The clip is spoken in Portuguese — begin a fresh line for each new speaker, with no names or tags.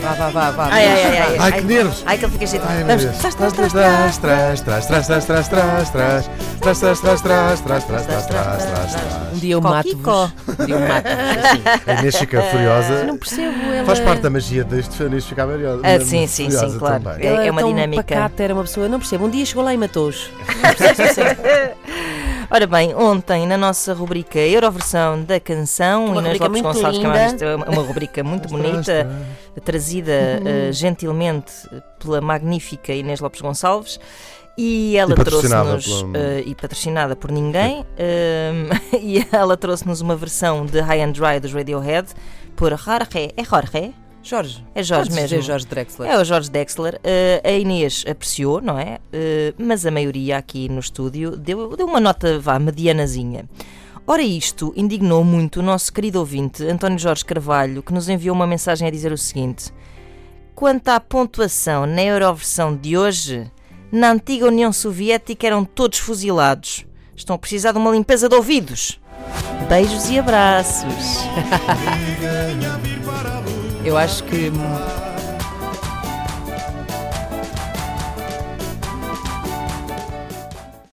Vá, vá, vá, vá.
Ai, ai, ai, ai.
Ai, que nervos.
Ai, que ele fica cheio de...
Ai, meu
Vamos,
Deus.
trás, trás, trás, trás.
trás, trás, trás, trás, trás, trás, trás, trás, trás, trás, trás, trás, trás, trás, trás, trás, trás.
Um dia eu
Coquico.
mato-vos. Um dia eu mato-vos.
A Inês fica furiosa.
Não percebo ela.
Faz parte da magia deste a Inês ficar furiosa.
Ah, sim, sim,
furiosa
sim, claro.
também.
Ela
É- é uma
tão
dinâmica.
Pacata, era uma pessoa, eu não percebo. Um dia chegou lá e matou-os.
Ora bem, ontem na nossa rubrica Euroversão da Canção,
Uma
Inês
rubrica
Lopes
muito
Gonçalves
linda.
Camargo, isto é uma uma rubrica muito bonita, trazida
Uhum.
eh, gentilmente pela magnífica Inês Lopes Gonçalves. E ela
E patrocinada
trouxe-nos.
pela-
eh, e patrocinada por ninguém. eh, e ela trouxe-nos uma versão de High and Dry dos Radiohead por Jorge. É Jorge?
Jorge.
É
Podes
Jorge
dizer
mesmo.
Jorge Drexler.
É o Jorge Dexler. Eh, a Inês apreciou, não é? Eh, mas a maioria aqui no estúdio deu, deu uma nota, vá, medianazinha. Ora, isto indignou muito o nosso querido ouvinte, António Jorge Carvalho, que nos enviou uma mensagem a dizer o seguinte: Quanto à pontuação na Euroversão de hoje, na antiga União Soviética eram todos fuzilados. Estão a precisar de uma limpeza de ouvidos. Beijos e abraços.
Eu acho que